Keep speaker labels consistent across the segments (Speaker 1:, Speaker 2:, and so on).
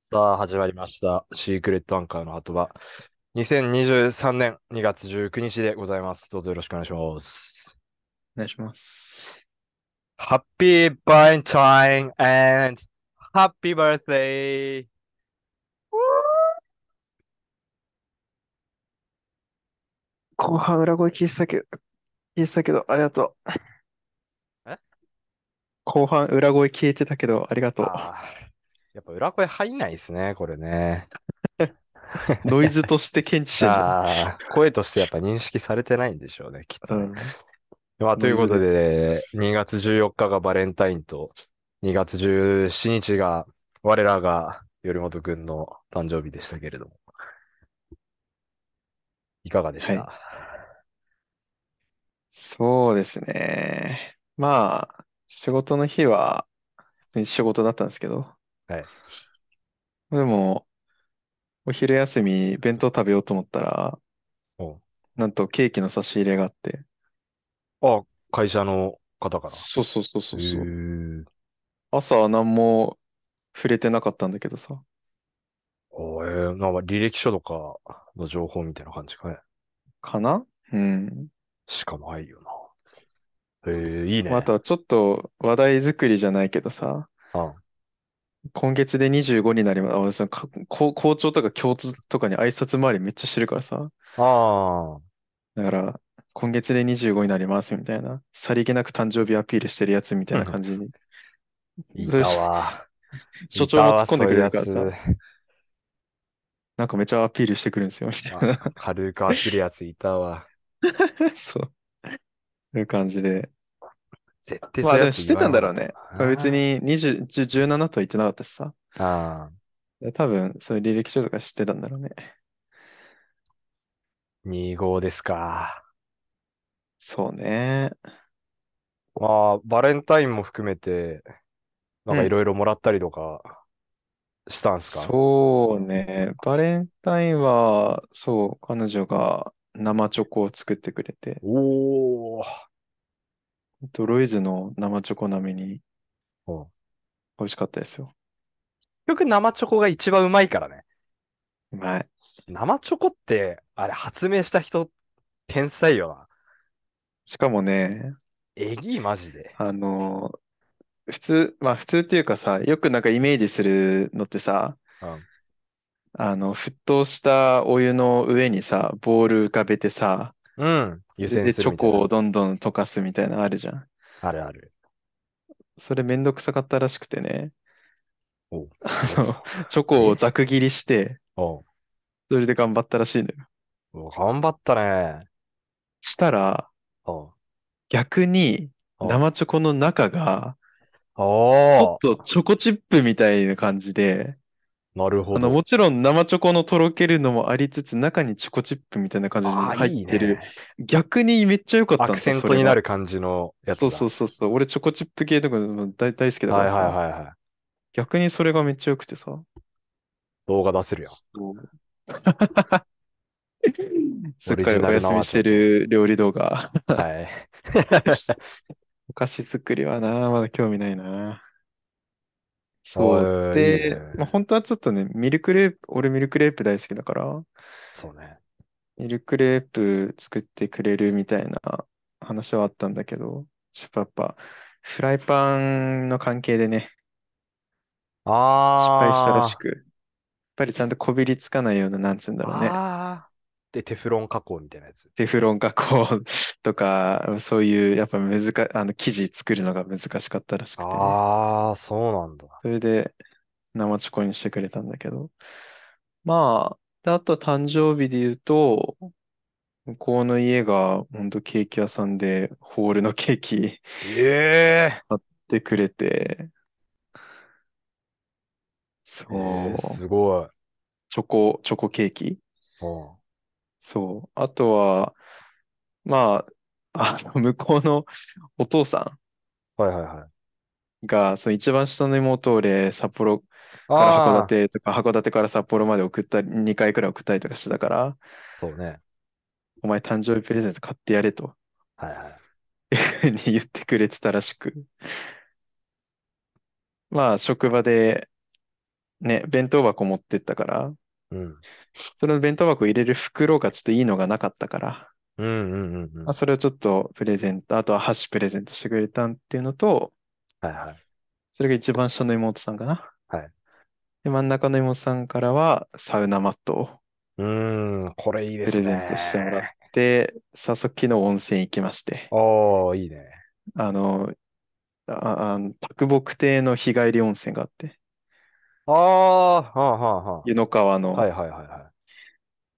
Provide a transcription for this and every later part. Speaker 1: さあ、始まりました。シークレットアンカーの鳩場。2023年2月19日でございます。どうぞよろしくお願いします。
Speaker 2: お願いします。
Speaker 1: Happy Valentine and Happy Birthday!
Speaker 2: 後半裏声聞いてたけど、聞いてたけど、ありがとう。
Speaker 1: え
Speaker 2: 後半裏声聞いてたけど、ありがとう。
Speaker 1: あーやっぱ裏声入んないですね、これね。
Speaker 2: ノイズとして検知してるじゃん。
Speaker 1: あー声としてやっぱ認識されてないんでしょうね、きっとね。
Speaker 2: うん
Speaker 1: まあ、ということで、2月14日がバレンタインと、2月17日が我らが頼本くんの誕生日でしたけれども。いかがでした、
Speaker 2: そうですね。まあ、仕事の日は、普通に仕事だったんですけど。
Speaker 1: はい
Speaker 2: でも、お昼休み、弁当食べようと思ったら、
Speaker 1: おう
Speaker 2: なんとケーキの差し入れがあって。
Speaker 1: あ、会社の方から。
Speaker 2: そうそうそうそうそう
Speaker 1: へ。ー
Speaker 2: 朝は何も触れてなかったんだけどさ。
Speaker 1: おーえーなんか履歴書とかの情報みたいな感じかね。
Speaker 2: かなうん。
Speaker 1: しかもないよな。へえいいね。
Speaker 2: まああとはちょっと話題作りじゃないけどさ。
Speaker 1: うん
Speaker 2: 今月で25になります。あ、俺さ、か校校長とか教頭とかに挨拶回りめっちゃしてるからさ。
Speaker 1: ああ、
Speaker 2: だから、今月で25になりますみたいな。さりげなく誕生日アピールしてるやつみたいな感じに。
Speaker 1: い
Speaker 2: そ
Speaker 1: た
Speaker 2: れ
Speaker 1: わ。
Speaker 2: 所長も突っ込んでくれる
Speaker 1: いた
Speaker 2: か
Speaker 1: わ
Speaker 2: ら
Speaker 1: そういう
Speaker 2: さ。
Speaker 1: や
Speaker 2: なんかめっちゃアピールしてくるんですよ、みたいな。
Speaker 1: つ。軽く飽きるやついたわ。
Speaker 2: そう。そういう感じで。
Speaker 1: 絶対
Speaker 2: まあ
Speaker 1: そういう
Speaker 2: で
Speaker 1: や
Speaker 2: も
Speaker 1: つ
Speaker 2: してたんだろう
Speaker 1: 言わ
Speaker 2: ね
Speaker 1: なかっ。た
Speaker 2: まあ別。に20、10 17とは言ってなかったしさ。
Speaker 1: ああ、
Speaker 2: 多分、そういう履歴書とか知ってたんだろうね。
Speaker 1: 2号ですか。
Speaker 2: そうね。
Speaker 1: まあ、バレンタインも含めて、なんかいろいろもらったりとかしたんすか
Speaker 2: そうね。バレンタインは、そう、彼女が生チョコを作ってくれて、
Speaker 1: おお。
Speaker 2: ほんとロイズの生チョコ並みに
Speaker 1: うん
Speaker 2: 美味しかったですよ。
Speaker 1: よく生チョコが一番うまいからね。
Speaker 2: うまい。
Speaker 1: 生チョコって、あれ発明した人、天才よな。
Speaker 2: しかもね、
Speaker 1: えぎい、マジで。
Speaker 2: あの、普通、まあ普通っていうかさ、よくなんかイメージするのってさ、
Speaker 1: うん
Speaker 2: あの、沸騰したお湯の上にさ、ボール浮かべてさ、
Speaker 1: うん。湯
Speaker 2: で、
Speaker 1: 煎する
Speaker 2: チョ
Speaker 1: みたい
Speaker 2: コ
Speaker 1: な
Speaker 2: を。どんどん溶かすみたいなのあるじゃん。
Speaker 1: あるあ る。
Speaker 2: それめんどくさかったらしくてね、
Speaker 1: おう
Speaker 2: あの、チョコをざく切りして、
Speaker 1: おう
Speaker 2: それで頑張ったらしいのよ。
Speaker 1: おう頑張ったね。
Speaker 2: したら、
Speaker 1: おう
Speaker 2: 逆に
Speaker 1: おう
Speaker 2: 生チョコの中が、ち
Speaker 1: お
Speaker 2: ょっとチョコチップみたいな感じで、
Speaker 1: うなるほ
Speaker 2: あの、
Speaker 1: ど。
Speaker 2: もちろん生チョコのとろけるのもありつつ、中にチョコチップみたいな感じに
Speaker 1: ああ、
Speaker 2: 入
Speaker 1: いい
Speaker 2: ってる。
Speaker 1: ね。
Speaker 2: 逆にめっちゃ良かった
Speaker 1: ア
Speaker 2: んだ
Speaker 1: クセン
Speaker 2: そ
Speaker 1: ト
Speaker 2: れ
Speaker 1: に
Speaker 2: が
Speaker 1: なる感じのやつ
Speaker 2: そう
Speaker 1: だ
Speaker 2: そうそうそう。俺チョコチップ系とかも大、大好きだか
Speaker 1: はい
Speaker 2: らさ、
Speaker 1: はいはいはい。
Speaker 2: 逆にそれがめっちゃ良くてさ。
Speaker 1: 動画出せるよ。
Speaker 2: すっかりお休みしてる料理動画。
Speaker 1: はい。
Speaker 2: お菓子作りはな、まだ興味ないな。そ
Speaker 1: おい
Speaker 2: う。
Speaker 1: いい
Speaker 2: で
Speaker 1: ね、
Speaker 2: まあ、本当はちょっとね、ミルクレープ、俺ミルクレープ大好きだから、
Speaker 1: そうね。
Speaker 2: ミルクレープ作ってくれるみたいな話はあったんだけど、ちょっとやっぱ、フライパンの関係でね、失敗したら
Speaker 1: あ
Speaker 2: しく、やっぱりちゃんとこびりつかないような、なんつうんだろうね。
Speaker 1: ああ。で、テフロン加工みたいなやつ。
Speaker 2: テフロン加工とか、そういう、やっぱ難か、あの、生地作るのが難しかったらしくてね。
Speaker 1: ああ、そうなんだ。
Speaker 2: それで、生チョコにしてくれたんだけど。まあ、で、あと誕生日で言うと、向こうの家が、ほんとケーキ屋さんで、ホールのケーキ
Speaker 1: ええ
Speaker 2: でくれて、
Speaker 1: え
Speaker 2: そう、
Speaker 1: ーすごい。
Speaker 2: チョコ、チョコケーキ
Speaker 1: うん
Speaker 2: そう。あとは、まあ、あの、向こうのお父さ
Speaker 1: はいはいはい。
Speaker 2: んが、その一番下の妹を俺、札幌
Speaker 1: あ
Speaker 2: から
Speaker 1: あ
Speaker 2: 函館とか、函館から札幌まで送ったり、2回くらい送ったりとかしてたから、
Speaker 1: そうね。
Speaker 2: お前誕生日プレゼント買ってやれと
Speaker 1: はいはい。
Speaker 2: いうふうに言ってくれてたらしく。まあ、職場でね、弁当箱持ってったから、
Speaker 1: うん。
Speaker 2: その弁当箱入れる袋がちょっといいのがなかったから、
Speaker 1: うんうんうんうん。
Speaker 2: まあ、
Speaker 1: は
Speaker 2: それをちょっとプレゼント、あとは箸プレゼントしてくれたっていうのと、
Speaker 1: いはい。
Speaker 2: それが一番下の妹さんかな。
Speaker 1: はい。
Speaker 2: で、真ん中の妹さんからはサウナマットを
Speaker 1: うーん、これいいで
Speaker 2: プ
Speaker 1: す
Speaker 2: レゼントしてもらっ
Speaker 1: ね。
Speaker 2: て、早速昨日温泉行きまして、
Speaker 1: おー、いいね。
Speaker 2: あの、あ、あの、卓木亭の日帰り温泉があって、
Speaker 1: あー、はあはあは
Speaker 2: 湯の川の。
Speaker 1: あ。はいはいはいは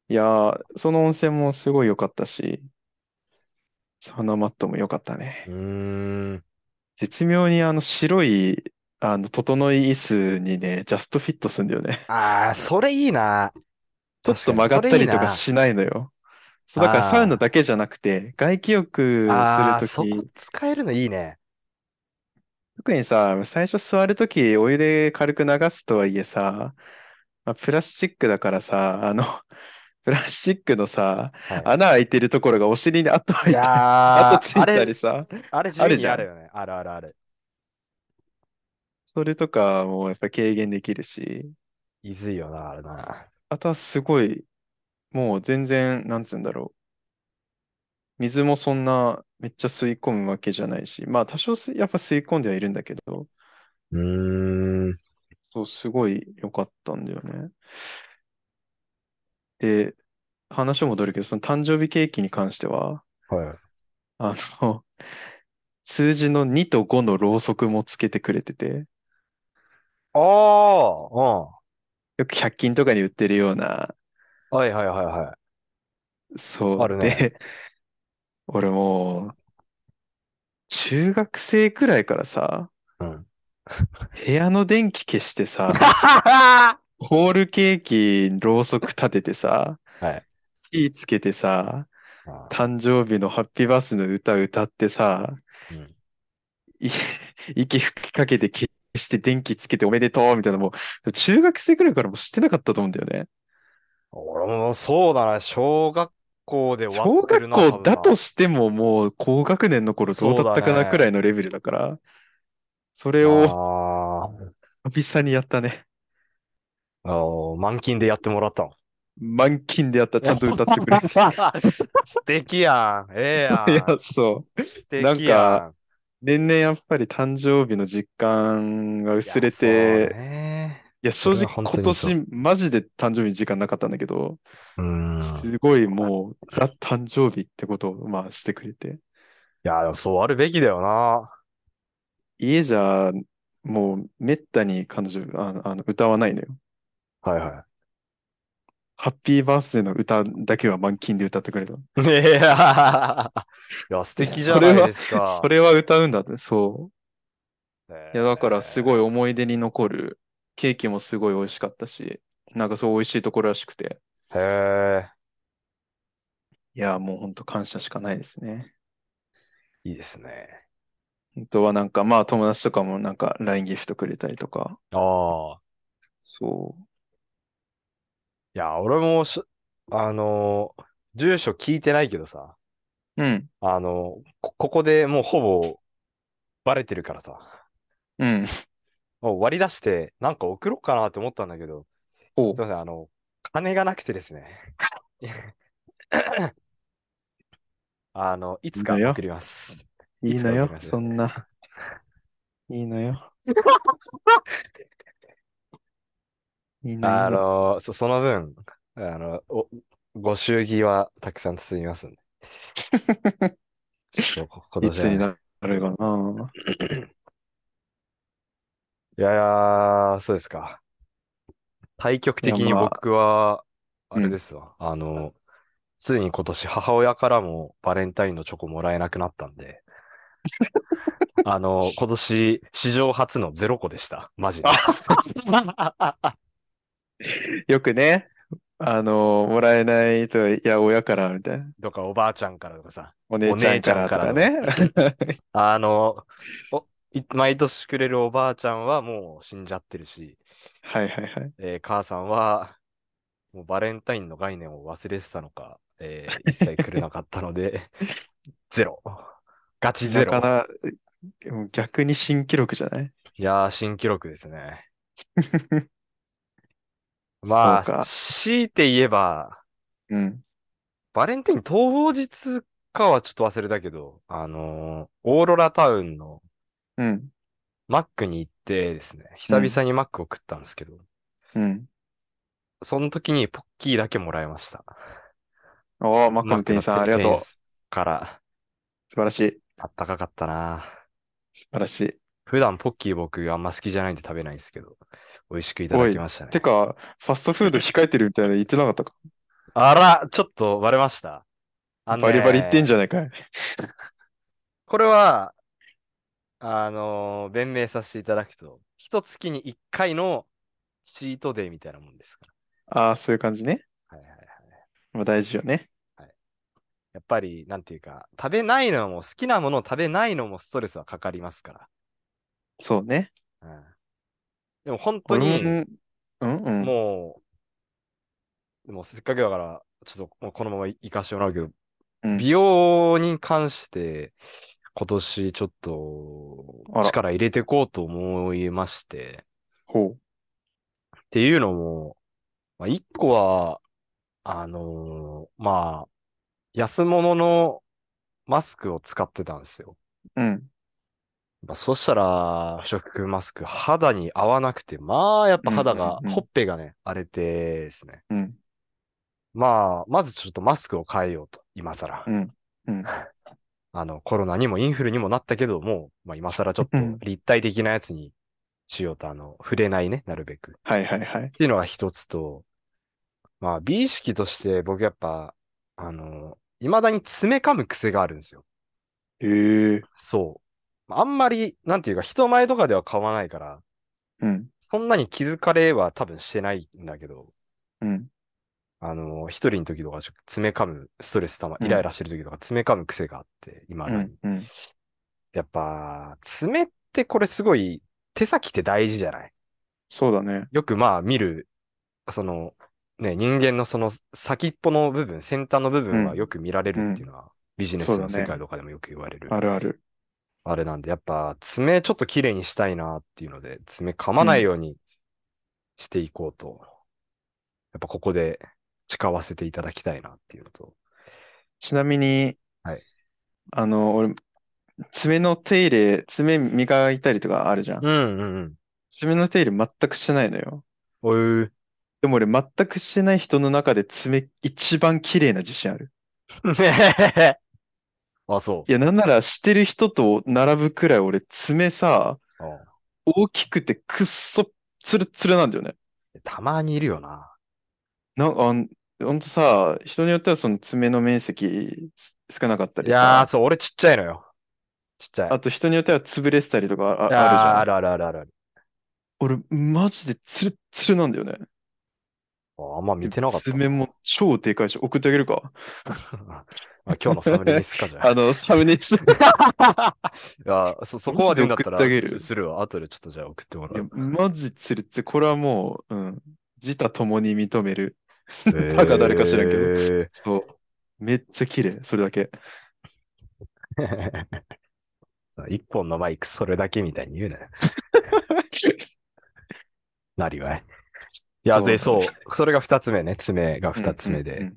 Speaker 1: い
Speaker 2: やー、その温泉もすごい良かったし、サウナマットも良かったね
Speaker 1: い。う。ーん。
Speaker 2: 絶妙にあの白い、あの、整い椅子にね、ジャストフィットするんだよね。
Speaker 1: あー、それいいな。
Speaker 2: ちょっと曲がったりとかしないのよ。そう、だから
Speaker 1: あー
Speaker 2: サウナだけじゃなくて、外気浴
Speaker 1: あー、
Speaker 2: す
Speaker 1: そ
Speaker 2: ると
Speaker 1: こ
Speaker 2: き、
Speaker 1: 使えるのいいね。
Speaker 2: 特にさ、最初座るときお湯で軽く流すとはいえさ、まあ、プラスチックだからさ、あの、 プラスチックのさ、
Speaker 1: はい
Speaker 2: 穴開いてるところがお尻に跡入
Speaker 1: い
Speaker 2: ったり、
Speaker 1: や
Speaker 2: 跡つ
Speaker 1: ー、
Speaker 2: い
Speaker 1: あ
Speaker 2: た
Speaker 1: れ
Speaker 2: り、さ、
Speaker 1: あれ自
Speaker 2: ある
Speaker 1: 由
Speaker 2: じ
Speaker 1: に
Speaker 2: ゃん
Speaker 1: あるよね。あるあるある。
Speaker 2: それとかもやっぱ軽減できるし、
Speaker 1: いずいよな、あれな。
Speaker 2: あとはすごい、もう全然、なんつうんだろう。水もそんなめっちゃ吸い込むわけじゃないし、まあ多少すやっぱ吸い込んではいるんだけど、
Speaker 1: うーん。
Speaker 2: そう、すごい良かったんだよね。で、話を戻るけど、その誕生日ケーキに関しては、
Speaker 1: はい。
Speaker 2: あの、数字の2と5のろうそくもつけてくれてて、
Speaker 1: あー、
Speaker 2: よく100均とかに売ってるような、
Speaker 1: うん。はいはいはいはい。
Speaker 2: そう
Speaker 1: あるね
Speaker 2: で、 俺もう、中学生くらいからさ、
Speaker 1: うん。
Speaker 2: 部屋の電気消し てさ、ホールケーキにろうそく立ててさ、
Speaker 1: はい
Speaker 2: 火つけてさ、
Speaker 1: あー
Speaker 2: 誕生日のハッピーバースデーの歌歌ってさ、
Speaker 1: うん
Speaker 2: い 息吹きかけて消して電気つけておめでとうみたいなもう、中学生くらいからもうしてなかったと思うんだよね。
Speaker 1: 俺もそうだな、小学校で終わ
Speaker 2: 小
Speaker 1: ってる
Speaker 2: 学
Speaker 1: な、多
Speaker 2: 校
Speaker 1: 分
Speaker 2: だ
Speaker 1: な
Speaker 2: としてももう高学年の頃どうだったか
Speaker 1: そうだ
Speaker 2: な
Speaker 1: ね
Speaker 2: くらいのレベルだから、それを
Speaker 1: あー
Speaker 2: 久々にやったね。
Speaker 1: あー、満勤でやってもらったの。
Speaker 2: 満勤でやった、ちゃんと歌ってく れて。
Speaker 1: 素敵やん。ええ
Speaker 2: い
Speaker 1: や
Speaker 2: や、
Speaker 1: ん。
Speaker 2: そう。
Speaker 1: 素敵や
Speaker 2: 年々やっぱり誕生日の実感が
Speaker 1: ん。
Speaker 2: 薄れ
Speaker 1: いや
Speaker 2: て
Speaker 1: そう、ね。
Speaker 2: いや、
Speaker 1: そ
Speaker 2: 正
Speaker 1: れは
Speaker 2: 直
Speaker 1: 本
Speaker 2: 今
Speaker 1: 当にそう
Speaker 2: 年マジで誕生日時間なかったんだけど、
Speaker 1: うーん。い
Speaker 2: すごいもう、ザ誕生日ってことをまあしてくれて。
Speaker 1: や、でもそうあるべきだよな。
Speaker 2: 家じゃ、もうめったに彼女、あの、あの歌わないのよ。
Speaker 1: はいは
Speaker 2: ハッピーバースデーの歌だけは満勤で歌ってくれた。
Speaker 1: い。いや、いや素敵じゃないですか。
Speaker 2: それは歌うんだって、そう。いや、だからすご
Speaker 1: い。
Speaker 2: い思い出に残る。ケーキもすごい美味しかったし、なんかそう美味しいところらしくて。
Speaker 1: へえ、
Speaker 2: いや、もうほんと感謝しかないですね。
Speaker 1: いいですね。
Speaker 2: 本当はなんか、まあ友達とかもなんか LINE ギフトくれたりとか。
Speaker 1: ああ。
Speaker 2: そ
Speaker 1: いや、俺もし、あのー、住所聞いてないけどさ、
Speaker 2: う。うん、
Speaker 1: あのー、こ、ここでもうほぼバレてるからさ、
Speaker 2: うん。
Speaker 1: もう割り出してなんか送ろうかなって思ったんだけど、
Speaker 2: お
Speaker 1: すいません、あの、金がなくてですね。 あの、いつか
Speaker 2: いいのよ
Speaker 1: 送ります。
Speaker 2: いいのよ
Speaker 1: いつか送り、ます
Speaker 2: そんな。いいのよ、いいの
Speaker 1: あ
Speaker 2: いいの。
Speaker 1: の、そ、その分、あの、お、ご祝儀はたくさん包みますんで。ちょっとこ今
Speaker 2: い
Speaker 1: 年
Speaker 2: つ
Speaker 1: は
Speaker 2: に
Speaker 1: ね
Speaker 2: なるかな。
Speaker 1: いやいや、そうですか。対極的
Speaker 2: い
Speaker 1: に
Speaker 2: やまあ
Speaker 1: 僕は、あ
Speaker 2: うん
Speaker 1: れですわ。あの、ついに今年母親からもバレンタインのチョコもらえなくなったんで、 あの、今年史上初のゼロ個でした。マジで。
Speaker 2: よくね、あの、もらえないと、いや、親からみたいな。
Speaker 1: とかおばあちゃんからとかさ、
Speaker 2: お姉ちゃんからとかね。
Speaker 1: あの、おい毎年くれるおばあちゃんはもう死んじゃってるし、
Speaker 2: はいはいはい。
Speaker 1: えー母さんは、もうバレンタインの概念を忘れてたのか、えー一切くれなかったの で、ゼロ。ガチゼ
Speaker 2: な
Speaker 1: ロ。
Speaker 2: かなでも逆に新記録じゃない
Speaker 1: いやー、新記録ですね。まあ、
Speaker 2: そうか
Speaker 1: 強いて言えば、
Speaker 2: うん。
Speaker 1: バレンタイン当日かはちょっと忘れたけど、あのーオーロラタウンの
Speaker 2: うん。
Speaker 1: マックに行ってですね、久々にマックを食ったんですけど、
Speaker 2: うん。
Speaker 1: その時にポッキーだけもらいました。
Speaker 2: おー、マックの店員さん、ありがとう。
Speaker 1: 店員
Speaker 2: 素
Speaker 1: から、
Speaker 2: 晴らしい。
Speaker 1: あったかかったな
Speaker 2: 素晴らしい。
Speaker 1: 普段ポッキー僕あんま好きじゃないんで食べないんですけど、美味しくいただきましたね
Speaker 2: て。か、ファストフード控えてるみたいな言ってなかったか。
Speaker 1: あら、ちょっとバレました。あの
Speaker 2: バリバリ言ってんじ
Speaker 1: ゃん。
Speaker 2: ゃないかい。
Speaker 1: これは、あのー弁明させていただくと、一月に一回のチートデイみたいなもんですか
Speaker 2: ああ、そういう感じね。
Speaker 1: ら。はいはいはい。
Speaker 2: まあ大事よね。
Speaker 1: やっぱり、なんていうか、食べないのも、好きなものを食べないのもストレスはかかりますか
Speaker 2: そうね。
Speaker 1: ら。うん、でも本当
Speaker 2: 俺
Speaker 1: に、
Speaker 2: も、うんうん。
Speaker 1: もう、でもせっかくだから、ちょっともうこのまま行かしてもらうけど、
Speaker 2: うん
Speaker 1: 美容に関して、今年ちょっと
Speaker 2: あら
Speaker 1: 力入れていこうと思いまして、っ
Speaker 2: ほ
Speaker 1: ていうのも、まあ、一個は、あのーまあ、安物のマスクを使ってたんですよ。
Speaker 2: う。うん。
Speaker 1: まあ、そしたら、不織布マスク、肌に合わなくて、まあ、やっぱ肌が、
Speaker 2: うんうんうん
Speaker 1: ほっぺがね、荒れてですね。
Speaker 2: うん。
Speaker 1: まあ、まずちょっとマスクを変えようと、今更。
Speaker 2: うん。うん。
Speaker 1: あの、コロナにもインフルにもなったけど、もう、まあ今更ちょっと
Speaker 2: うん
Speaker 1: 立体的なやつにしようと、あの、触れないね、なるべく。っ
Speaker 2: はいはいはい。
Speaker 1: ていうのが一つと、まあ、美意識として僕やっぱ、あの、未だに詰め噛む癖があるんですよ。
Speaker 2: へえ。
Speaker 1: そう。あんまり、なんていうか、人前とかでは買わないから、
Speaker 2: うん。
Speaker 1: そんなに気づかれは多分してないんだけど、
Speaker 2: うん。
Speaker 1: あの、一人の時とか、詰め噛む、ストレスたま、
Speaker 2: うん
Speaker 1: イライラしてる時とか、詰め噛む癖があって、今
Speaker 2: う
Speaker 1: 何、
Speaker 2: ん。うん。
Speaker 1: やっぱ、爪ってこれすごい、手先って大事じゃない
Speaker 2: そうだね。
Speaker 1: よくまあ見る、その、ね、人間のその先っぽの部分、先端の部分
Speaker 2: う
Speaker 1: は
Speaker 2: ん
Speaker 1: よく見られるっていうのは、ビジネ
Speaker 2: そ
Speaker 1: ス
Speaker 2: うだ
Speaker 1: の
Speaker 2: ね
Speaker 1: 世界とかでもよく言われる。
Speaker 2: あるある。
Speaker 1: あれなんで、やっぱ爪ちょっと綺麗にしたいなっていうので、爪噛まないようにしていこうと、やっぱここで誓わせていただきたいなっていうのと。
Speaker 2: ちなみに
Speaker 1: はい、
Speaker 2: あの、俺、爪の手入れ、爪磨いたりとかあるじゃん
Speaker 1: う。んうんうん。
Speaker 2: 爪の手入れ全くしてないのよ。
Speaker 1: おう。
Speaker 2: でも俺、全くしてない人の中で爪一番綺麗な自信ある。
Speaker 1: あ、そう
Speaker 2: い。や、なんならしてる人と並ぶくらい俺、爪さ、
Speaker 1: うん
Speaker 2: 大きくてくっそツルツルなんだよね。
Speaker 1: たまにいるよな。
Speaker 2: な、あん、ほんとさ、人によってはその爪の面積す少なかった
Speaker 1: い
Speaker 2: り
Speaker 1: やー、
Speaker 2: さ、
Speaker 1: そう、俺ちっちゃいのよ。ちっちゃい。
Speaker 2: あと人によっては潰れてたりとかあ、あ
Speaker 1: いやー
Speaker 2: あ
Speaker 1: あ
Speaker 2: るじゃん。
Speaker 1: るあるあるあるある。
Speaker 2: 俺、マジでツルツルなんだよね。
Speaker 1: ああんま見てなか ったな。
Speaker 2: 爪も超でかいし、送ってあげるか。
Speaker 1: あ今日のサムネにすっかじゃん。
Speaker 2: あの、サムネにす
Speaker 1: いやそ、そこまで言うんだったら
Speaker 2: 送ってあげる
Speaker 1: すするわ。後でちょっとじゃあ送っても
Speaker 2: い
Speaker 1: ら
Speaker 2: や
Speaker 1: う。
Speaker 2: マジツルツル。これはもう、うん、自他共に認める。
Speaker 1: え
Speaker 2: 他か誰か知らんけど。
Speaker 1: ど。
Speaker 2: そう。めっちゃ綺麗、それだけ。
Speaker 1: さ一本のマイクそれだけみたいに言うなよ。なりわい。いや、で、
Speaker 2: そう
Speaker 1: そ
Speaker 2: だね
Speaker 1: う。それが二つ目ね。爪が 二つ目で。
Speaker 2: うんうんうん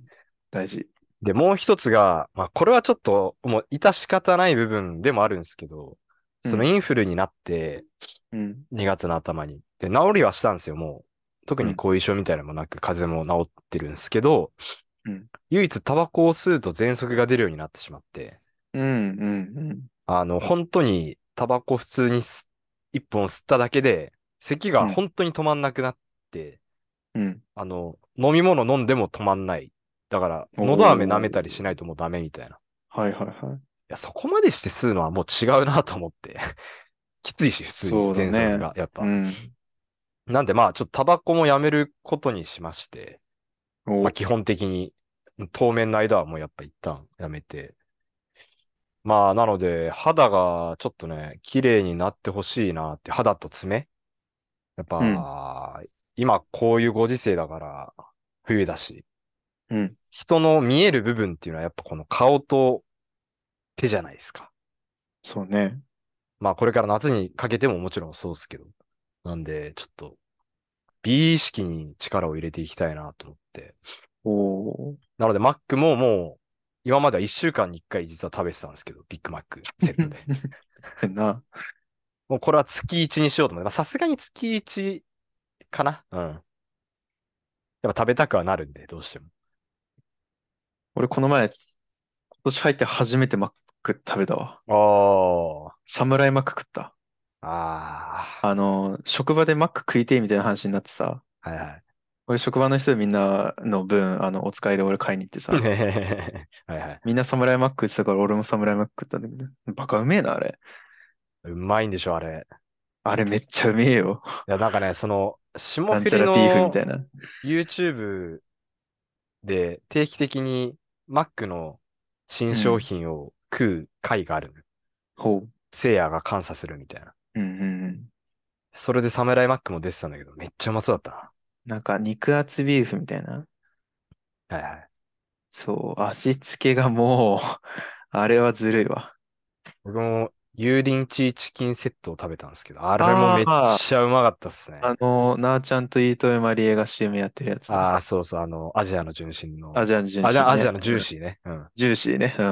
Speaker 2: 大事。
Speaker 1: で、もう一つが、まあ、これはちょっと、もう、致し方ない部分でもあるんですけど、その
Speaker 2: うん
Speaker 1: インフルになって、
Speaker 2: うん。
Speaker 1: 2月の頭に。で、治りはしたんですよ、もう。特に後遺症みたいなのもなく、風邪も治ってるんですけど、
Speaker 2: うん
Speaker 1: 唯一タバコを吸うと喘息が出るようになってしまって、
Speaker 2: うんうん
Speaker 1: あの、本当にタバコ普通に吸一本吸っただけで、咳が本当に止まんなくなって、
Speaker 2: うん。うん。
Speaker 1: あの、飲み物飲んでも止まんない。だから、
Speaker 2: おー
Speaker 1: 喉飴舐めたりしないともうダメみたいな。
Speaker 2: はいはいはい。
Speaker 1: いや、そこまでして吸うのはもう違うなと思って。 きついし、普通
Speaker 2: そ
Speaker 1: に、
Speaker 2: うだね
Speaker 1: 全速が、やっぱ。
Speaker 2: うん。
Speaker 1: なんで、まあ、ちょっとタバコもやめることにしまして、
Speaker 2: お
Speaker 1: まあ、基本的に、当面の間はもうやっぱ一旦やめて。まあ、なので、肌がちょっとね、綺麗になってほしいなって、肌と爪。やっぱ、今こういうご時世だから、冬だし、
Speaker 2: うん。
Speaker 1: 人の見える部分っていうのはやっぱこの顔と手じゃないですか。
Speaker 2: そうね。
Speaker 1: まあこれから夏にかけてももちろんそうですけど。なんで、ちょっと、美意識に力を入れていきたいなと思って。
Speaker 2: おー。
Speaker 1: なので、マックももう、今までは1週間に1回実は食べてたんですけど、ビッグマックセットで。
Speaker 2: な。
Speaker 1: もうこれは月1にしようと思って、まあさすがに月1かなうん。やっぱ食べたくはなるんで、どうしても。
Speaker 2: 俺この前、今年入って初めてマック食べたわ。
Speaker 1: あ
Speaker 2: サムライマック食った。
Speaker 1: あ。あ
Speaker 2: あの、職場でマック食いてえみたいな話になってさ、
Speaker 1: あ。はいはい。
Speaker 2: 俺職場の人みんなの分、あの、お使いで俺買いに行って さ、
Speaker 1: ねえはいはい。
Speaker 2: みんなサムライマック食ってたから俺もサムライマック食ったんだけど、バカうめえな、あれ。
Speaker 1: うまいんでしょ、あれ。
Speaker 2: あれめっちゃうめえよ。
Speaker 1: いや、なんかね、その、霜
Speaker 2: な
Speaker 1: 降
Speaker 2: んちゃ
Speaker 1: り
Speaker 2: らビーフみ
Speaker 1: の
Speaker 2: たいな。
Speaker 1: YouTube で定期的にマックの新商品を食う回があるの。
Speaker 2: ほう。
Speaker 1: せいやが監査するみたいな。
Speaker 2: うんうんうん。
Speaker 1: それでサムライマックも出てたんだけど、めっちゃうまそうだっ
Speaker 2: なんか肉厚ビーフみたいな。
Speaker 1: たな。はいはい。
Speaker 2: そう、味付けがもう あれはずるいわ。
Speaker 1: 僕も、油淋鶏チキンセットを食べたんですけど、あれ
Speaker 2: あ
Speaker 1: も
Speaker 2: ー
Speaker 1: めっちゃうまかったっすね。
Speaker 2: あの、なあちゃんと飯豊まりえが CM やってるやつね。
Speaker 1: ああ、そうそう、あの、アジアの純真の、
Speaker 2: アジアのジュー
Speaker 1: ア
Speaker 2: シ
Speaker 1: ジ
Speaker 2: ー
Speaker 1: ア
Speaker 2: ね
Speaker 1: アジアのジューシーね。うん。
Speaker 2: ジューシーね。うん。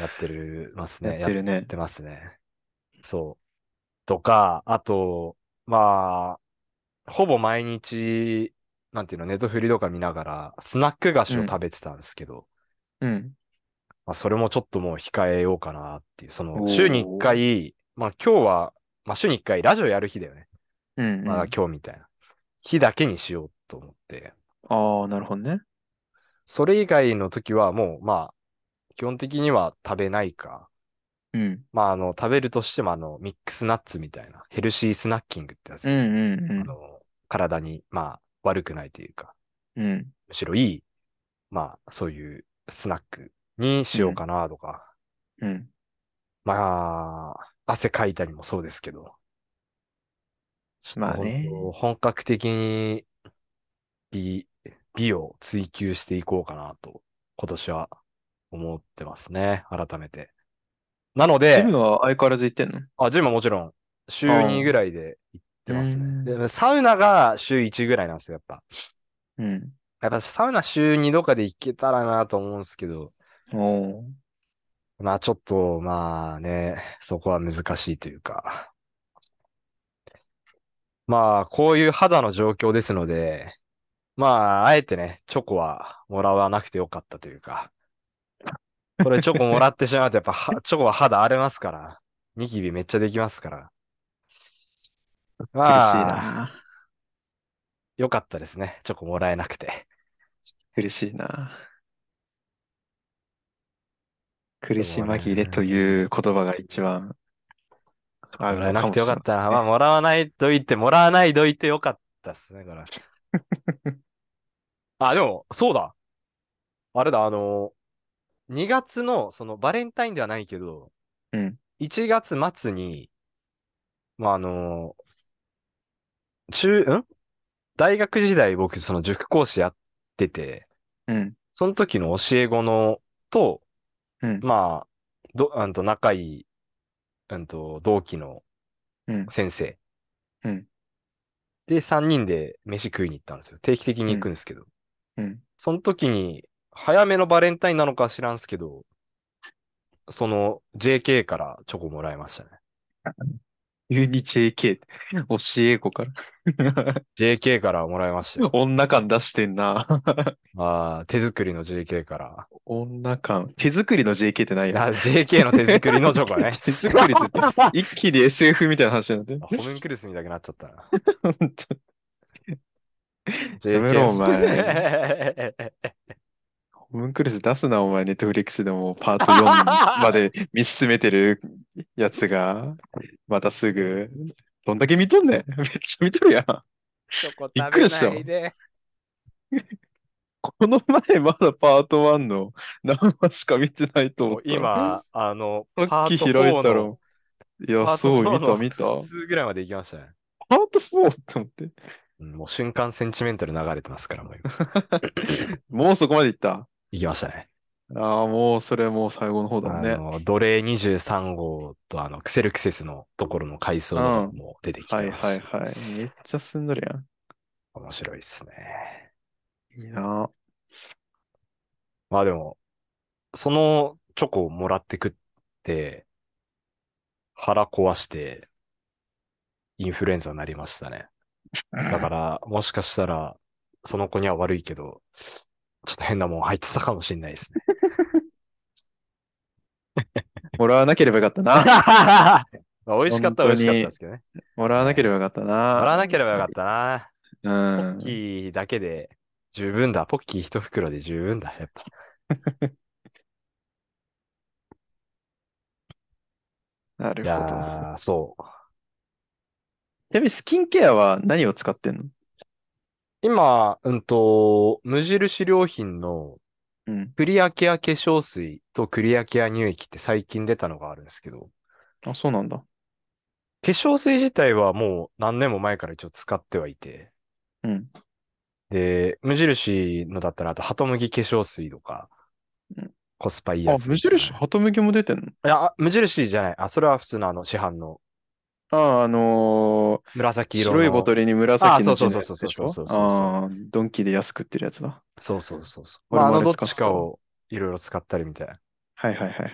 Speaker 1: やってる、ます
Speaker 2: や
Speaker 1: ね。
Speaker 2: ってるね
Speaker 1: やっ。てますね。そう。とか、あと、まあ、ほぼ毎日、なんていうの、ネットフリとか見ながら、スナック菓子を食べてたんですけど、
Speaker 2: うん。
Speaker 1: まあ、それもちょっともう控えようかなっていう、その、
Speaker 2: おー
Speaker 1: 週に1回、まあ今日は、まあ週に1回ラジオやる日だよね。
Speaker 2: うん、
Speaker 1: ま
Speaker 2: う
Speaker 1: あ
Speaker 2: ん。
Speaker 1: 今日みたいな。日だけにしようと思って、
Speaker 2: ああ、なるほどね。
Speaker 1: それ以外の時はもう、まあ、基本的には食べないか、
Speaker 2: うん。
Speaker 1: まあ、あの、食べるとしても、あの、ミックスナッツみたいな、ヘルシースナッキングってやつ
Speaker 2: う
Speaker 1: です。
Speaker 2: んうん
Speaker 1: あの、体に、まあ、悪くないというか、
Speaker 2: うん。うん。
Speaker 1: むしろいい、まあ、そういうスナックにしようかなとか、
Speaker 2: うん。
Speaker 1: まあ、汗かいたりもそうですけど、ちょっ
Speaker 2: まあ
Speaker 1: と
Speaker 2: ね
Speaker 1: 本当本格的に美、美を追求していこうかなと、今年は思ってますね、改めて。なので、
Speaker 2: ジムは相変わらず行ってんの
Speaker 1: あ、ジムはもちろん、週2ぐらいで行ってます
Speaker 2: う
Speaker 1: ね。
Speaker 2: ん
Speaker 1: で、サウナが週1ぐらいなんですよ、やっぱ。
Speaker 2: うん。
Speaker 1: やっぱサウナ週2とかで行けたらなと思うんですけど、
Speaker 2: おー
Speaker 1: まあちょっと、まあね、そこは難しいというか。まあ、こういう肌の状況ですので、まあ、あえてね、チョコはもらわなくてよかったというか。これチョコもらってしまうと、やっぱは、チョコは肌荒れますから。ニキビめっちゃできますから。
Speaker 2: 苦しい
Speaker 1: まあ、
Speaker 2: な。
Speaker 1: よかったですね。チョコもらえなくて。
Speaker 2: 苦しいな。苦し
Speaker 1: そうね
Speaker 2: 紛れという言葉が一番合う
Speaker 1: もらえな
Speaker 2: のか
Speaker 1: く
Speaker 2: も
Speaker 1: てよ
Speaker 2: しれ
Speaker 1: か
Speaker 2: ない
Speaker 1: ったな。まあ、もらわないといて、もらわないといてよかったっすね、これ。 あ、でも、そうだ。あれだ、あの、2月の、その、バレンタインではないけど、
Speaker 2: うん
Speaker 1: 1月末に、まあ、あの、中、ん大学時代僕、その塾講師やってて、
Speaker 2: うん。
Speaker 1: その時の教え子の、と、
Speaker 2: うん。
Speaker 1: まあ、ど、うんと、仲いい、うんと、同期の
Speaker 2: うん。
Speaker 1: 先生。
Speaker 2: うん
Speaker 1: で、3人で飯食いに行ったんですよ。定期的に行くんですけど。
Speaker 2: うん。
Speaker 1: その時に、早めのバレンタインなのか知らんすけど、その JK からチョコもらいましたね。
Speaker 2: 急に JK、教え子から
Speaker 1: JK からもらいましたよ。
Speaker 2: 女感出してんな。
Speaker 1: あー手作りの JK から。
Speaker 2: 女感。手作りの JK ってないよ。。
Speaker 1: あ JK の手作りのチョコね
Speaker 2: 手作りって言って一気に SF みたいな話になってる。
Speaker 1: あホムンクルスみたいになっちゃったな。
Speaker 2: 本当
Speaker 1: JK。
Speaker 2: やめろお 前ホムンクルス出すな、お前、ネットフリックスでもパート4まで見進めてるやつが、またすぐ、どんだけ見とんね ん。めっちゃ見とるやん。
Speaker 1: チョコ
Speaker 2: びっ
Speaker 1: 食
Speaker 2: く
Speaker 1: べ
Speaker 2: りした
Speaker 1: ないで。
Speaker 2: この前まだパート1の何話しか見てないと思
Speaker 1: も
Speaker 2: っ
Speaker 1: う
Speaker 2: た。
Speaker 1: 今、あの、
Speaker 2: さ
Speaker 1: パ
Speaker 2: っき
Speaker 1: ート
Speaker 2: 開い
Speaker 1: 4
Speaker 2: たら、
Speaker 1: の
Speaker 2: いや、
Speaker 1: パート
Speaker 2: そう、
Speaker 1: 4
Speaker 2: 見た、
Speaker 1: の
Speaker 2: 見た。
Speaker 1: 2ぐらいまで行きましたね。
Speaker 2: パート 4? と思って。
Speaker 1: うんもう瞬間センチメンタル流れてますから、もう今。
Speaker 2: もうそこまでいった。
Speaker 1: 行きましたね。
Speaker 2: ああ、もうそれもう最後の方だもんね
Speaker 1: あ。の、奴隷23号とあの、クセルクセスのところの階層
Speaker 2: うん
Speaker 1: も出てき
Speaker 2: は
Speaker 1: て
Speaker 2: い
Speaker 1: ますし
Speaker 2: はいはい。めっちゃ進んどるやん。
Speaker 1: 面白いっすね。
Speaker 2: いいな。
Speaker 1: まあでも、そのチョコをもらって食って、腹壊して、インフルエンザになりましたね。だから、もしかしたら、その子には悪いけど、ちょっと変なもん入ってたかもしんないですね。
Speaker 2: もらわなければよかったな。
Speaker 1: まあ美味しかったは美味しかったですけどね。
Speaker 2: もらわなければよかったな。
Speaker 1: もらわなければよかったな。ポ
Speaker 2: う
Speaker 1: ッ
Speaker 2: ん。
Speaker 1: キーだけで十分だ。ポッキー一袋で十分だ。やっぱ。
Speaker 2: なる
Speaker 1: いや
Speaker 2: ほど。
Speaker 1: ーそう。
Speaker 2: ちなみにスキンケアは何を使ってんの
Speaker 1: 今、うんと、無印良品の
Speaker 2: うん。
Speaker 1: クリアケア化粧水とクリアケア乳液って最近出たのがあるんですけど、
Speaker 2: あ、そうなんだ。
Speaker 1: 化粧水自体はもう何年も前から一応使ってはいて、
Speaker 2: うん。
Speaker 1: で、無印のだったら、あと、ハトムギ化粧水とか
Speaker 2: うん、
Speaker 1: コスパいいや
Speaker 2: あ、
Speaker 1: つ
Speaker 2: 無
Speaker 1: みたいな。
Speaker 2: 印、鳩麦も出てんの
Speaker 1: いや、あ無印じゃない。あ、それは普通のあの、市販の
Speaker 2: あ、あのー
Speaker 1: 紫色の。
Speaker 2: 白いボトルに紫の
Speaker 1: あそうそう
Speaker 2: 字のやつ
Speaker 1: そうそうそうそう
Speaker 2: でし
Speaker 1: そう
Speaker 2: ょ
Speaker 1: そうそう
Speaker 2: あードンキで安く売ってるやつだ。
Speaker 1: そうそうそうそう。
Speaker 2: 俺
Speaker 1: まあ、あ
Speaker 2: もあ
Speaker 1: の、
Speaker 2: れ
Speaker 1: どっ
Speaker 2: 使っ
Speaker 1: ち
Speaker 2: てた
Speaker 1: かをいろいろ使ったりみたいな。
Speaker 2: はいはいはいはい。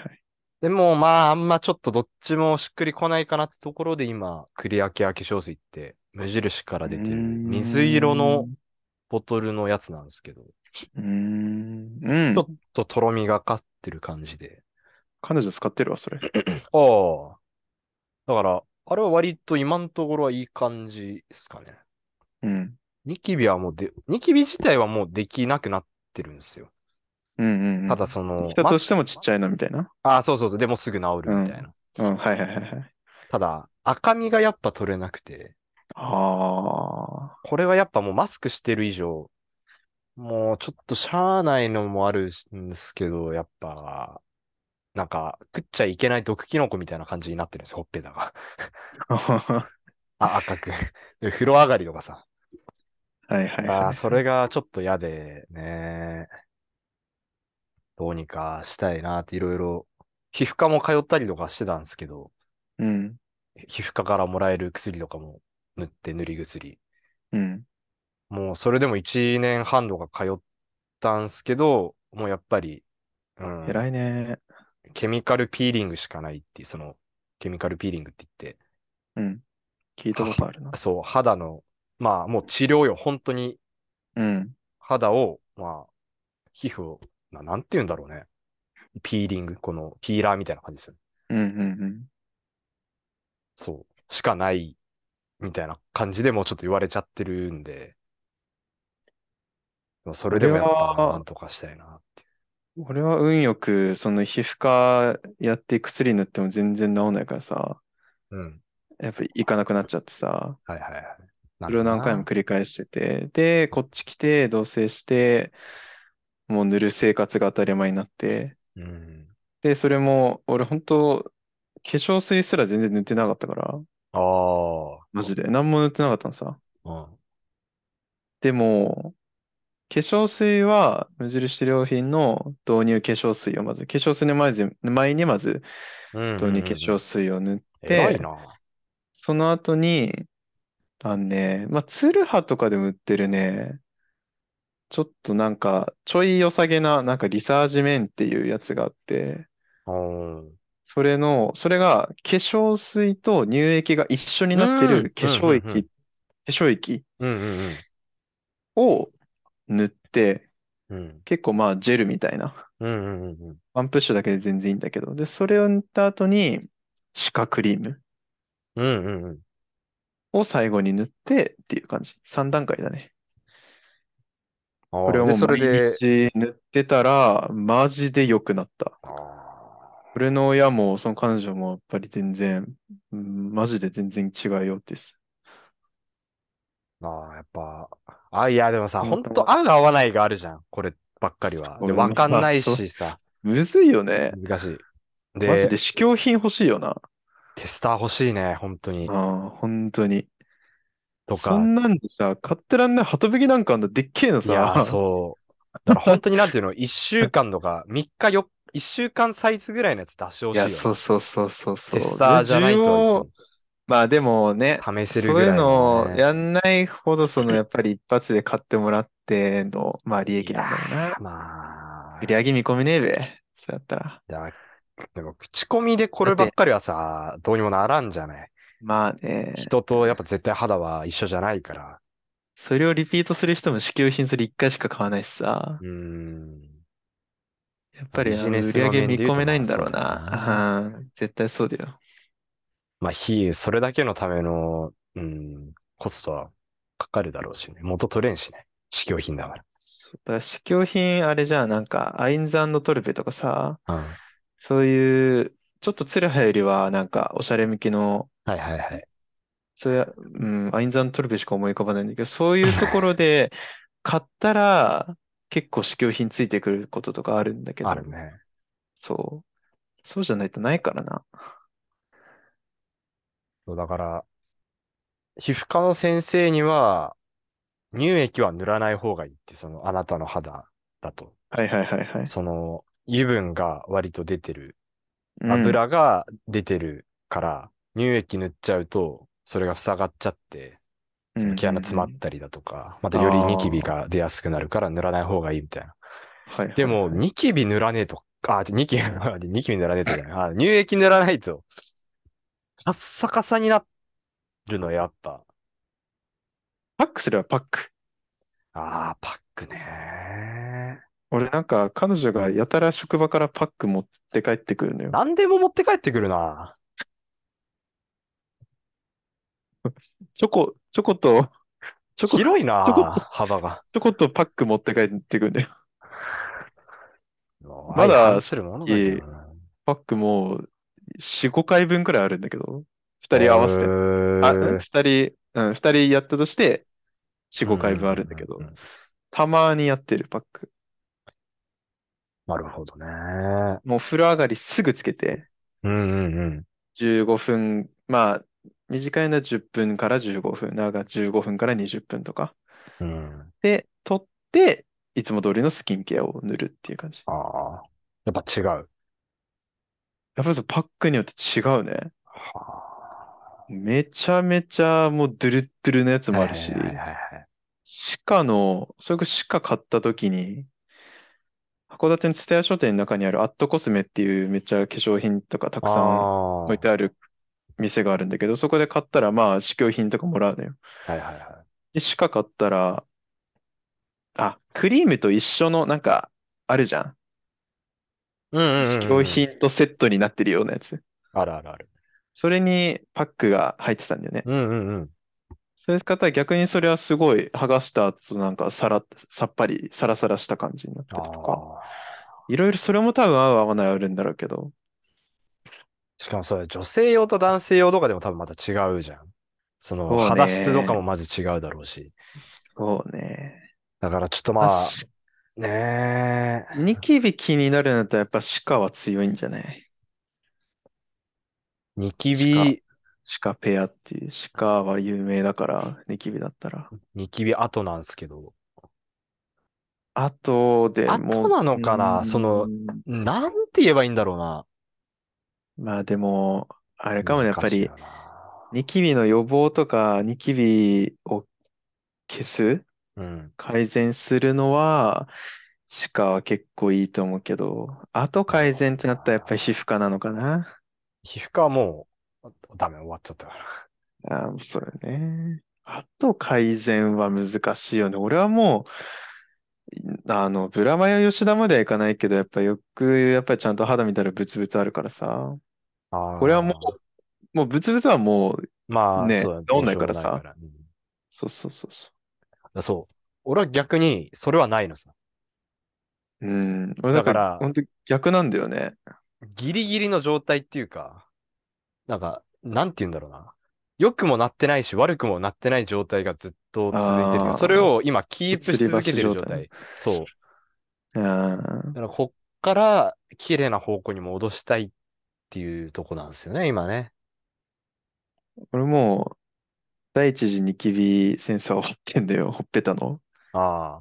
Speaker 1: でも、まあ、あんまちょっとどっちもしっくりこないかなってところで今、クリアケア化粧水って、無印から出てる、
Speaker 2: うーん
Speaker 1: 水色のボトルのやつなんですけど、ち
Speaker 2: うーん。うん
Speaker 1: ょ。っととろみがかってる感じで。
Speaker 2: 彼女使ってるわ、そ
Speaker 1: あ
Speaker 2: れ。
Speaker 1: あ。だから、あれは割と今のところはいい感じですかね。
Speaker 2: うん。
Speaker 1: ニキビはもうで、ニキビ自体はもうできなくなってるんですよ。
Speaker 2: うんうんうん。
Speaker 1: ただその、
Speaker 2: 来たとしても
Speaker 1: マス
Speaker 2: ちっちゃいのみたいな。
Speaker 1: ああ、そうそうそう、でもすぐ治るみたいな。
Speaker 2: うん、はいはいはいはい。
Speaker 1: ただ、赤みがやっぱ取れなくて、
Speaker 2: あ
Speaker 1: これはやっぱもうマスクしてる以上、もうちょっとしゃあないのもあるんですけど、やっぱ、なんか、食っちゃいけない毒キノコみたいな感じになってるんですよ、ほっぺたが。
Speaker 2: あ。
Speaker 1: あ、赤く。 で風呂上がりとかさ。
Speaker 2: はいはいはい。
Speaker 1: あーそれがちょっと嫌で、ね。どうにかしたいなっていろいろ、皮膚科も通ったりとかしてたんですけど、
Speaker 2: うん。
Speaker 1: 皮膚科からもらえる薬とかも塗って塗り薬。
Speaker 2: うん。
Speaker 1: もうそれでも1年半とか通ったんすけど、もうやっぱり、うん、
Speaker 2: 偉いね。
Speaker 1: ケミカルピーリングしかないっていう、その、ケミカルピーリングって言っ
Speaker 2: うん。聞いたことあるな
Speaker 1: て、。そう、肌の、まあもう治療よ、本当に
Speaker 2: うん。
Speaker 1: 肌を、まあ、皮膚を、ななんて言うんだろうね。ピーリング、このピーラーみたいな感じですよね。
Speaker 2: うんうん
Speaker 1: そう、しかない、みたいな感じでもうちょっと言われちゃってるんで、でもそれでもやっ
Speaker 2: これ
Speaker 1: ぱ
Speaker 2: は
Speaker 1: なんとかしたいなっていう。
Speaker 2: うん。俺は運よく、その皮膚科やって薬塗っても全然治んないからさ、
Speaker 1: うん。
Speaker 2: やっぱ行かなくなっちゃってさ、
Speaker 1: はいはいはい。な
Speaker 2: そ
Speaker 1: ん
Speaker 2: れを
Speaker 1: だ
Speaker 2: 何回
Speaker 1: な
Speaker 2: も繰り返してて、で、こっち来て、同棲して、もう塗る生活が当たり前になって、
Speaker 1: うん。
Speaker 2: で、それも、俺本当化粧水すら全然塗ってなかったから、
Speaker 1: ああ。
Speaker 2: マジで。何も塗ってなかったのさ。
Speaker 1: うん。
Speaker 2: でも、化粧水は無印良品の導入化粧水をまず、化粧水の前ぜ前にまず
Speaker 1: うん
Speaker 2: 導入化粧水を塗っ
Speaker 1: 偉
Speaker 2: て、
Speaker 1: いな。
Speaker 2: その後に、あのね、まあ、ツルハとかでも売ってるね、ちょっとなんか、ちょい良さげな、なんかリサージメンっていうやつがあって、
Speaker 1: うん。
Speaker 2: それの、それが化粧水と乳液が一緒になって
Speaker 1: うん
Speaker 2: る化
Speaker 1: う
Speaker 2: 粧
Speaker 1: んうんうん
Speaker 2: 液、化粧液
Speaker 1: うんうん
Speaker 2: を塗って、
Speaker 1: うん。うん。
Speaker 2: 結構まあジェルみたいな。
Speaker 1: うんうんうんうん。
Speaker 2: ワンプッシュだけで全然いいんだけど。で、それを塗った後に、歯科クリーム
Speaker 1: うんうんうん。
Speaker 2: を最後に塗ってっていう感じ。3段階だね。
Speaker 1: あ
Speaker 2: こ
Speaker 1: ー
Speaker 2: れを
Speaker 1: で、
Speaker 2: もう
Speaker 1: それで、
Speaker 2: 毎日塗ってたら、マジで良くなった。
Speaker 1: あ
Speaker 2: 俺の親も、その彼女も、やっぱり全然、うんマジで全然違うようです。
Speaker 1: ーあー、やっぱ、あ、いや、でもさ、
Speaker 2: うん
Speaker 1: ほんと合う合わないがあるじゃん。こればっかりは。
Speaker 2: そう
Speaker 1: で、
Speaker 2: まあ
Speaker 1: わかんない
Speaker 2: そう
Speaker 1: しさ、
Speaker 2: むずいよね。
Speaker 1: 難しい。
Speaker 2: マジ
Speaker 1: で
Speaker 2: で、試供品欲しいよな。
Speaker 1: テスター欲しいね、本当に。
Speaker 2: ああ、本当に。
Speaker 1: と
Speaker 2: そ
Speaker 1: か。
Speaker 2: んなんでさ、買ってらんない、ハトブギなんかあんだ、でっけえの
Speaker 1: いやー、
Speaker 2: さ。
Speaker 1: そう。だから本当になんていうの、1週間とか、3日よ、1週間サイズぐらいのやつ出してほ
Speaker 2: い
Speaker 1: しいよ
Speaker 2: や、
Speaker 1: ね。
Speaker 2: そうそうそうそうそ
Speaker 1: テ
Speaker 2: う。
Speaker 1: スターじゃないとは言っても。
Speaker 2: まあでもね、
Speaker 1: 試せる
Speaker 2: そう
Speaker 1: ぐ
Speaker 2: いう
Speaker 1: らい
Speaker 2: の
Speaker 1: の
Speaker 2: を
Speaker 1: ね、
Speaker 2: やんないほど、そのやっぱり一発で買ってもらっての、まあ利益
Speaker 1: い
Speaker 2: なんだろうな
Speaker 1: やー。まあ
Speaker 2: 売、り上げ見込みねえべ。そうやったら。
Speaker 1: いや、でも口コミでこればっかりはさ、どうにもならんじゃない。
Speaker 2: まあね、
Speaker 1: 人とやっぱ絶対肌は一緒じゃないから。
Speaker 2: それをリピートする人も支給品それ一回しか買わないしさ
Speaker 1: う。ーん。
Speaker 2: やっぱり
Speaker 1: ビ
Speaker 2: あ
Speaker 1: ジ
Speaker 2: の
Speaker 1: ネ
Speaker 2: 売
Speaker 1: ス
Speaker 2: り上
Speaker 1: の
Speaker 2: げ
Speaker 1: 面で
Speaker 2: 見
Speaker 1: 言うと
Speaker 2: 込めないんだろう
Speaker 1: まあそうだな
Speaker 2: な。うん絶対そうだよ。
Speaker 1: まあ、非、それだけのための、うん、コストはかかるだろうしね。元取れんしね。試供品だか
Speaker 2: そうだから試供品あれじゃあなんか、アインズトルベとかさ、
Speaker 1: ら。うん。
Speaker 2: そういう、ちょっとツルハよりはなんか、おしゃれ向きの、
Speaker 1: はいはいはい。
Speaker 2: そうや、うん、アインザントルベしか思い浮かばないんだけど、そういうところで買ったら結構試供品ついてくることとかあるんだけ
Speaker 1: あ
Speaker 2: ど、
Speaker 1: るね。
Speaker 2: そう。そうじゃないとないからな。
Speaker 1: そうだから、皮膚科の先生には、乳液は塗らない方がいいって、その、あなたの肌だと。
Speaker 2: はいはいはいはい。
Speaker 1: その、油分が割と出てる。
Speaker 2: うん
Speaker 1: 油が出てるから、乳液塗っちゃうと、それが塞がっちゃって、その毛穴詰ま
Speaker 2: うんうん
Speaker 1: ったりだとか、またよりニキビが出やすくなるから塗らない方がいいみたいな。
Speaker 2: うんはいはい
Speaker 1: でも、ニキビ塗らねえと、あ、ニキビ、 ニキビ塗らねえとじゃない。あ乳液塗らないと、カッサカサになるの、やっぱ。
Speaker 2: パックすればパック。
Speaker 1: ああ、パックね。
Speaker 2: 俺なんか彼女がやたら職場からパック持って帰ってくるのよ。
Speaker 1: 何でも持って帰ってくるな。
Speaker 2: チョコ、チョコと、チョコ、チ
Speaker 1: 広いな
Speaker 2: ちょこっと、
Speaker 1: 幅が。
Speaker 2: ョコとパック持って帰ってくるんだよ。
Speaker 1: ま
Speaker 2: まだ
Speaker 1: するものだけどな。
Speaker 2: パックもう4、5回分くらいあるんだけど、2人合わせて
Speaker 1: へ。ー
Speaker 2: あ、うん二人、うん、二人やったとして、四五回分あるんだけど
Speaker 1: うう、うん
Speaker 2: たまにやってるパック。
Speaker 1: なるほどね。
Speaker 2: もう風呂上がりすぐつけて、
Speaker 1: うんうんうん。
Speaker 2: 15分、まあ、短いのは10分から15分、長い15分から20分とか。
Speaker 1: うん
Speaker 2: で、取って、いつも通りのスキンケアを塗るっていう感じ。
Speaker 1: ああ、やっぱ違う。
Speaker 2: やっぱりそうパックによって違うね。
Speaker 1: は
Speaker 2: めちゃめちゃもうドゥルッドゥルのやつ
Speaker 1: あ
Speaker 2: もあるし、
Speaker 1: はいはいはいはい
Speaker 2: シカの、それこそシカ買った時に、函館の蔦屋書店の中にあるアットコスメっていうめっちゃ化粧品とかたくさん
Speaker 1: あ
Speaker 2: 置いてある店があるんだけど、そこで買ったらまあ試供品とかもらうのよ。
Speaker 1: あ。はいはいは
Speaker 2: で、シカ買ったら、あ、クリームと一緒のなんかあるじゃん。
Speaker 1: い。うんうんうんうん
Speaker 2: 試供品とセットになってるようなやつ。
Speaker 1: あるあるある。
Speaker 2: それにパックが入ってたんだよね。
Speaker 1: うんうんうん。
Speaker 2: そういう方は逆にそれはすごい剥がした後なんかさら、さっぱりサラサラした感じになって
Speaker 1: あ
Speaker 2: るとか。
Speaker 1: あ。
Speaker 2: いろいろそれも多分合う合わないあるんだろうけど。
Speaker 1: しかもそれ、女性用と男性用とかでも多分また違うじゃん。その、
Speaker 2: そうね
Speaker 1: 肌質とかもまず違うだろうし。
Speaker 2: そうね。
Speaker 1: だからちょっと
Speaker 2: ま
Speaker 1: ま
Speaker 2: あ
Speaker 1: あ、
Speaker 2: し
Speaker 1: ねえ。
Speaker 2: ニキビ気になるんだったらやっぱ歯科は強いんじゃない
Speaker 1: ニキ
Speaker 2: し
Speaker 1: ビ、
Speaker 2: 歯科ペアっていう歯科は有名だから、ニキビだったら。
Speaker 1: ニキビ後なんですけど、
Speaker 2: あとでも
Speaker 1: 後なのかな
Speaker 2: うーん
Speaker 1: そのなんて言えばいいんだろうな。
Speaker 2: まあでも、あれかもね、やっぱ
Speaker 1: 難しい
Speaker 2: り
Speaker 1: よな
Speaker 2: ニキビの予防とか、ニキビを消す、
Speaker 1: うん。
Speaker 2: 改善するのは、歯科は結構いいと思うけど、後改善ってなったらやっぱり皮膚科なのかな
Speaker 1: 皮膚科はもう、ダメ、終わっちゃったから。
Speaker 2: ああ、それね。あと改善は難しいよね。俺はもう、あの、ブラマヨ吉田まではいかないけど、やっぱよく、やっぱりちゃんと肌見たらブツブツあるからさ。
Speaker 1: ああ
Speaker 2: これはもう、もうブツブツはもう、
Speaker 1: まあ、
Speaker 2: ね
Speaker 1: そうだね。
Speaker 2: 治んないからさ
Speaker 1: どうしようもないからうん
Speaker 2: そうそうそうそ
Speaker 1: だそう。俺は逆に、それはないのさ。
Speaker 2: う。うん。俺な
Speaker 1: だ
Speaker 2: ん
Speaker 1: から
Speaker 2: 本当逆なんだよね。
Speaker 1: ギリギリの状態っていうか、なんか、なんて言うんだろうな。良くもなってないし、悪くもなってない状態がずっと続いてる
Speaker 2: あー。
Speaker 1: それを今、キープし続けてる
Speaker 2: 吊
Speaker 1: 状
Speaker 2: り橋状態
Speaker 1: 態。そう。
Speaker 2: あ
Speaker 1: だから、こっから、綺麗な方向に戻したいっていうとこなんですよね、今ね。
Speaker 2: あ、俺もう、第一次ニキビセンサーを貼ってんだよ、 ほっぺたの。
Speaker 1: あ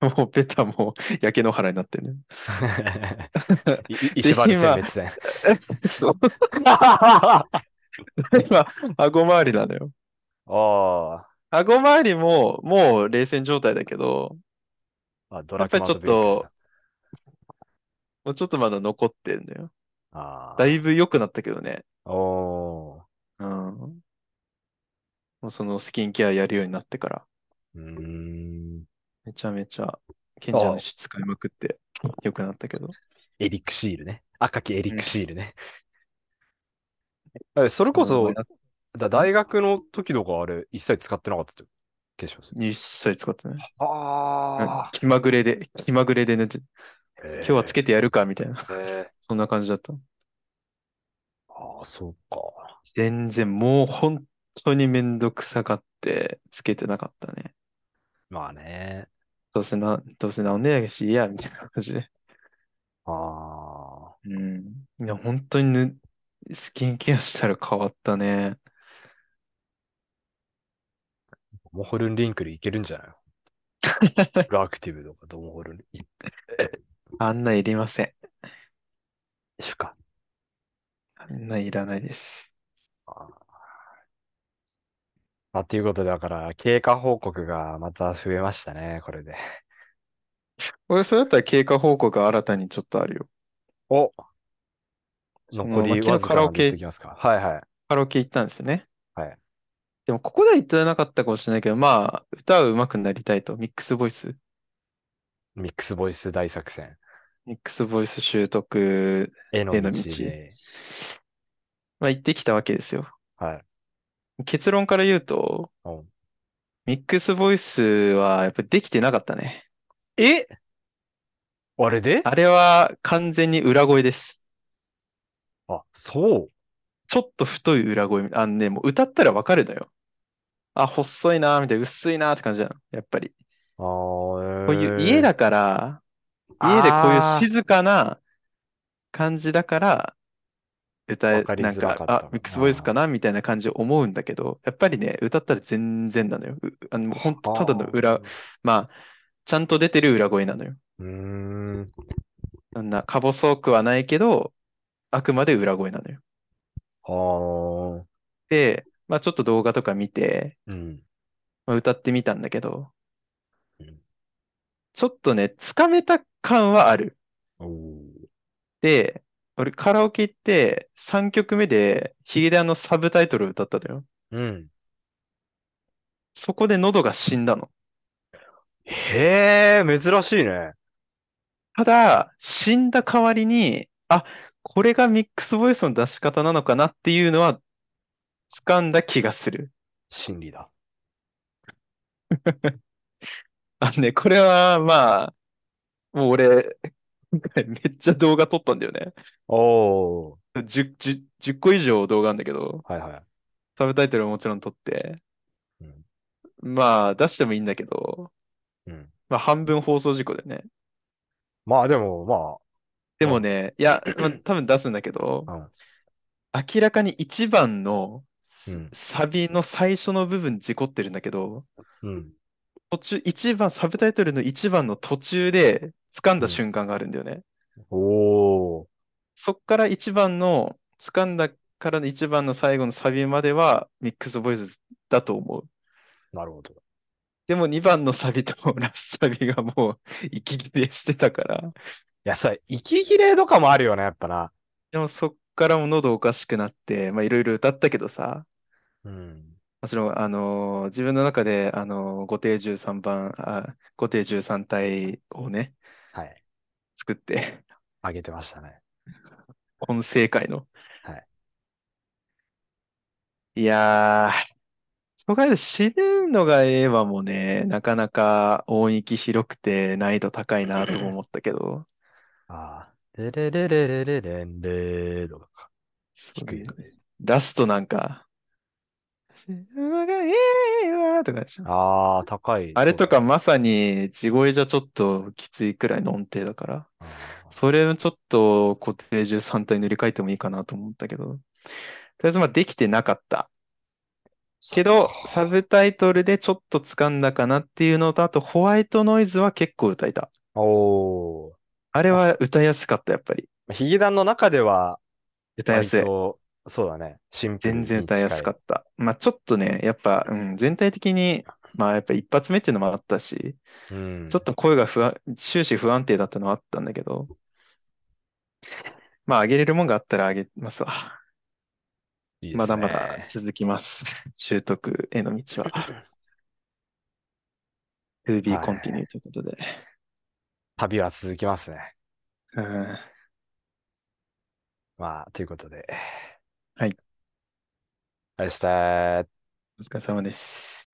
Speaker 2: もうほっぺたも焼け野原になってんのよ。
Speaker 1: あ。いい石原殲滅戦。
Speaker 2: そう。今、顎周りなのよ。
Speaker 1: あ
Speaker 2: 顎周りも、もう冷戦状態だけど、
Speaker 1: あ、あ、ドラキュマ
Speaker 2: やっぱりちょっ
Speaker 1: とベイクス
Speaker 2: もうちょっとまだ残ってんのよ。
Speaker 1: だあ
Speaker 2: だいぶ良くなったけどね。
Speaker 1: あ。お
Speaker 2: うん。もうそのスキンケアやるようになってから、
Speaker 1: ー。うーん。
Speaker 2: めちゃめちゃ、賢者の石使いまくって良くなったけど。
Speaker 1: エリクシールね。赤きエリクシールね。えそれこ
Speaker 2: う
Speaker 1: そ
Speaker 2: ん、
Speaker 1: だ大学の時とかあれ、一切使ってなかったって化粧水。
Speaker 2: 一切使ってない。
Speaker 1: ああ。
Speaker 2: 気まぐれで、気まぐれで塗って、
Speaker 1: 今
Speaker 2: 今日はつ
Speaker 1: け
Speaker 2: けてやるかみたいな、
Speaker 1: て。
Speaker 2: そんな感じだった。
Speaker 1: ああ、そうか。
Speaker 2: 全然、もう本当にめんどくさがって、つけてなかったね。
Speaker 1: まあね。
Speaker 2: どうせな、どうせ治んねえやし、いいや、みたいな感じで。
Speaker 1: ああ。
Speaker 2: うん。いや、本当にぬ、スキンケアしたら変わったね。
Speaker 1: モホルンリンクルいけるんじゃない プロアクティブとかドモホルンリンク
Speaker 2: あんないりません。
Speaker 1: ル。主か。
Speaker 2: あんないらないです。
Speaker 1: まあ、ということで、だから、経過報告がまた増えましたね、これで。
Speaker 2: 俺、それだったら経過報告が新たにちょっとあるよ。
Speaker 1: お
Speaker 2: その
Speaker 1: 残り
Speaker 2: まあ
Speaker 1: わず
Speaker 2: 昨日カ
Speaker 1: か
Speaker 2: ラ
Speaker 1: な
Speaker 2: オ
Speaker 1: んで言
Speaker 2: ケ
Speaker 1: ってきますか。はいはい。
Speaker 2: カラオケ行ったんですよね。
Speaker 1: はい。
Speaker 2: でも、ここでは言ってなかったかもしれないけど、まあ、歌う上手くなりたいと、ミックスボイス、
Speaker 1: ミックスボイス大作戦。
Speaker 2: ミックスボイス習得、
Speaker 1: 絵の
Speaker 2: 絵
Speaker 1: 道
Speaker 2: の道
Speaker 1: で。
Speaker 2: まあ、行ってきたわけですよ。
Speaker 1: はい。
Speaker 2: 結論から言うと
Speaker 1: うん、
Speaker 2: ミックスボイスはやっぱりできてなかったね。
Speaker 1: えあれで
Speaker 2: あれは完全に裏声です。
Speaker 1: あ、そう。
Speaker 2: ちょっと太い裏声。あのね、もう歌ったらわかるのよ。あ、細いなーみたいな、薄いなーって感じなの。やっぱり。
Speaker 1: あー
Speaker 2: こういう家
Speaker 1: だ。
Speaker 2: だから、家でこういう
Speaker 1: あー
Speaker 2: 静かな感じだから、歌え、
Speaker 1: わかり
Speaker 2: なん
Speaker 1: づらかった
Speaker 2: あ、ミックスボイスかなみたいな感じ思うんだけど、やっぱりね、歌ったら全然なのよ。うあの、もうほんとただの裏、。まあ、ちゃんと出てる裏声なのよ。
Speaker 1: うーん。
Speaker 2: そんな、か細くはないけど、あくまで裏声なのよ。
Speaker 1: あー
Speaker 2: で、まあちょっと動画とか見て、
Speaker 1: うん。
Speaker 2: まあ、歌ってみたんだけど
Speaker 1: うん、
Speaker 2: ちょっとね、つかめた感はある。
Speaker 1: おー
Speaker 2: で、俺カラオケ行って3曲目でヒゲダンのサブタイトルを歌ったのよ。
Speaker 1: うん。
Speaker 2: そこで喉が死んだの。
Speaker 1: へえ、珍しいね。
Speaker 2: ただ、死んだ代わりに、あ、これがミックスボイスの出し方なのかなっていうのは掴んだ気がする。
Speaker 1: 心理だ。
Speaker 2: あのね、これはまあ、もう俺、 今回めっちゃ動画撮ったんだよね。
Speaker 1: おー。
Speaker 2: 10、10 10個以上動画あんだけど、
Speaker 1: はいはい。
Speaker 2: サブタイトルももちろん撮って、
Speaker 1: うん
Speaker 2: まあ出してもいいんだけど、
Speaker 1: うん。
Speaker 2: まあ半分放送事故でね。
Speaker 1: まあでも、まあ、
Speaker 2: でもね、いや、まあ、多分出すんだけど
Speaker 1: うん、
Speaker 2: 明らかに1番のす
Speaker 1: うん
Speaker 2: サビの最初の部分事故ってるんだけど、
Speaker 1: うん。
Speaker 2: 途中、1番、サブタイトルの1番の途中で掴んだ瞬間があるんだよね。
Speaker 1: おー。
Speaker 2: そっから1番の、掴んだからの1番の最後のサビまではミックスボイスだと思う。
Speaker 1: なるほど。
Speaker 2: でも2番のサビとラスサビがもう息切れしてたから、
Speaker 1: いや、さ、息切れとかもあるよね、やっぱな。
Speaker 2: でもそっからもう喉おかしくなって、まあいろいろ歌ったけどさ、
Speaker 1: うん。
Speaker 2: もちろん、あのー自分の中で、あのー、後手13番、あ、後手13体をね、
Speaker 1: はい。
Speaker 2: 作って、
Speaker 1: あげてましたね。
Speaker 2: 音声界の。。
Speaker 1: はい
Speaker 2: いやー、そこで死ぬのがええわもね、なかなか音域広くて難易度高いなとも思ったけど、
Speaker 1: ああ。レレレレレレレンレーとか、低いよね。
Speaker 2: ラストなんか、死ぬのがええわとかでしょ。
Speaker 1: ああ、高い。
Speaker 2: あれ
Speaker 1: そ
Speaker 2: と
Speaker 1: う
Speaker 2: かまさに地声じゃちょっときついくらいの音程だから。
Speaker 1: だね。
Speaker 2: それをちょっと固定重3体塗り替えてもいいかなと思ったけど、とりあえずまあできてなかった。けど、サブタイトルでちょっと掴んだかなっていうのと、あとホワイトノイズは結構歌えた。
Speaker 1: おお
Speaker 2: あれは歌いやすかった、やっぱり。
Speaker 1: ー。ヒゲダンの中では、
Speaker 2: 歌いやすい。
Speaker 1: 割とそうだね。シンプル
Speaker 2: 全
Speaker 1: に
Speaker 2: 然歌いやす
Speaker 1: 近
Speaker 2: か
Speaker 1: い。
Speaker 2: った。まあちょっとね、やっぱ、うん、全体的に、まあやっぱ一発目っていうのもあったし、
Speaker 1: うん
Speaker 2: ちょっ。と声が不安、終始不安定だったのはあったんだけど、まあ上げれるもんがあったら上げますわ。
Speaker 1: いいで
Speaker 2: ますだまだ
Speaker 1: ね。
Speaker 2: 続きます。習得への道は。To be
Speaker 1: はい。
Speaker 2: continue ということで。
Speaker 1: 旅は続きますね。
Speaker 2: うん、は
Speaker 1: まあ、ということで。
Speaker 2: い、
Speaker 1: あれしたい。
Speaker 2: お疲れ様です。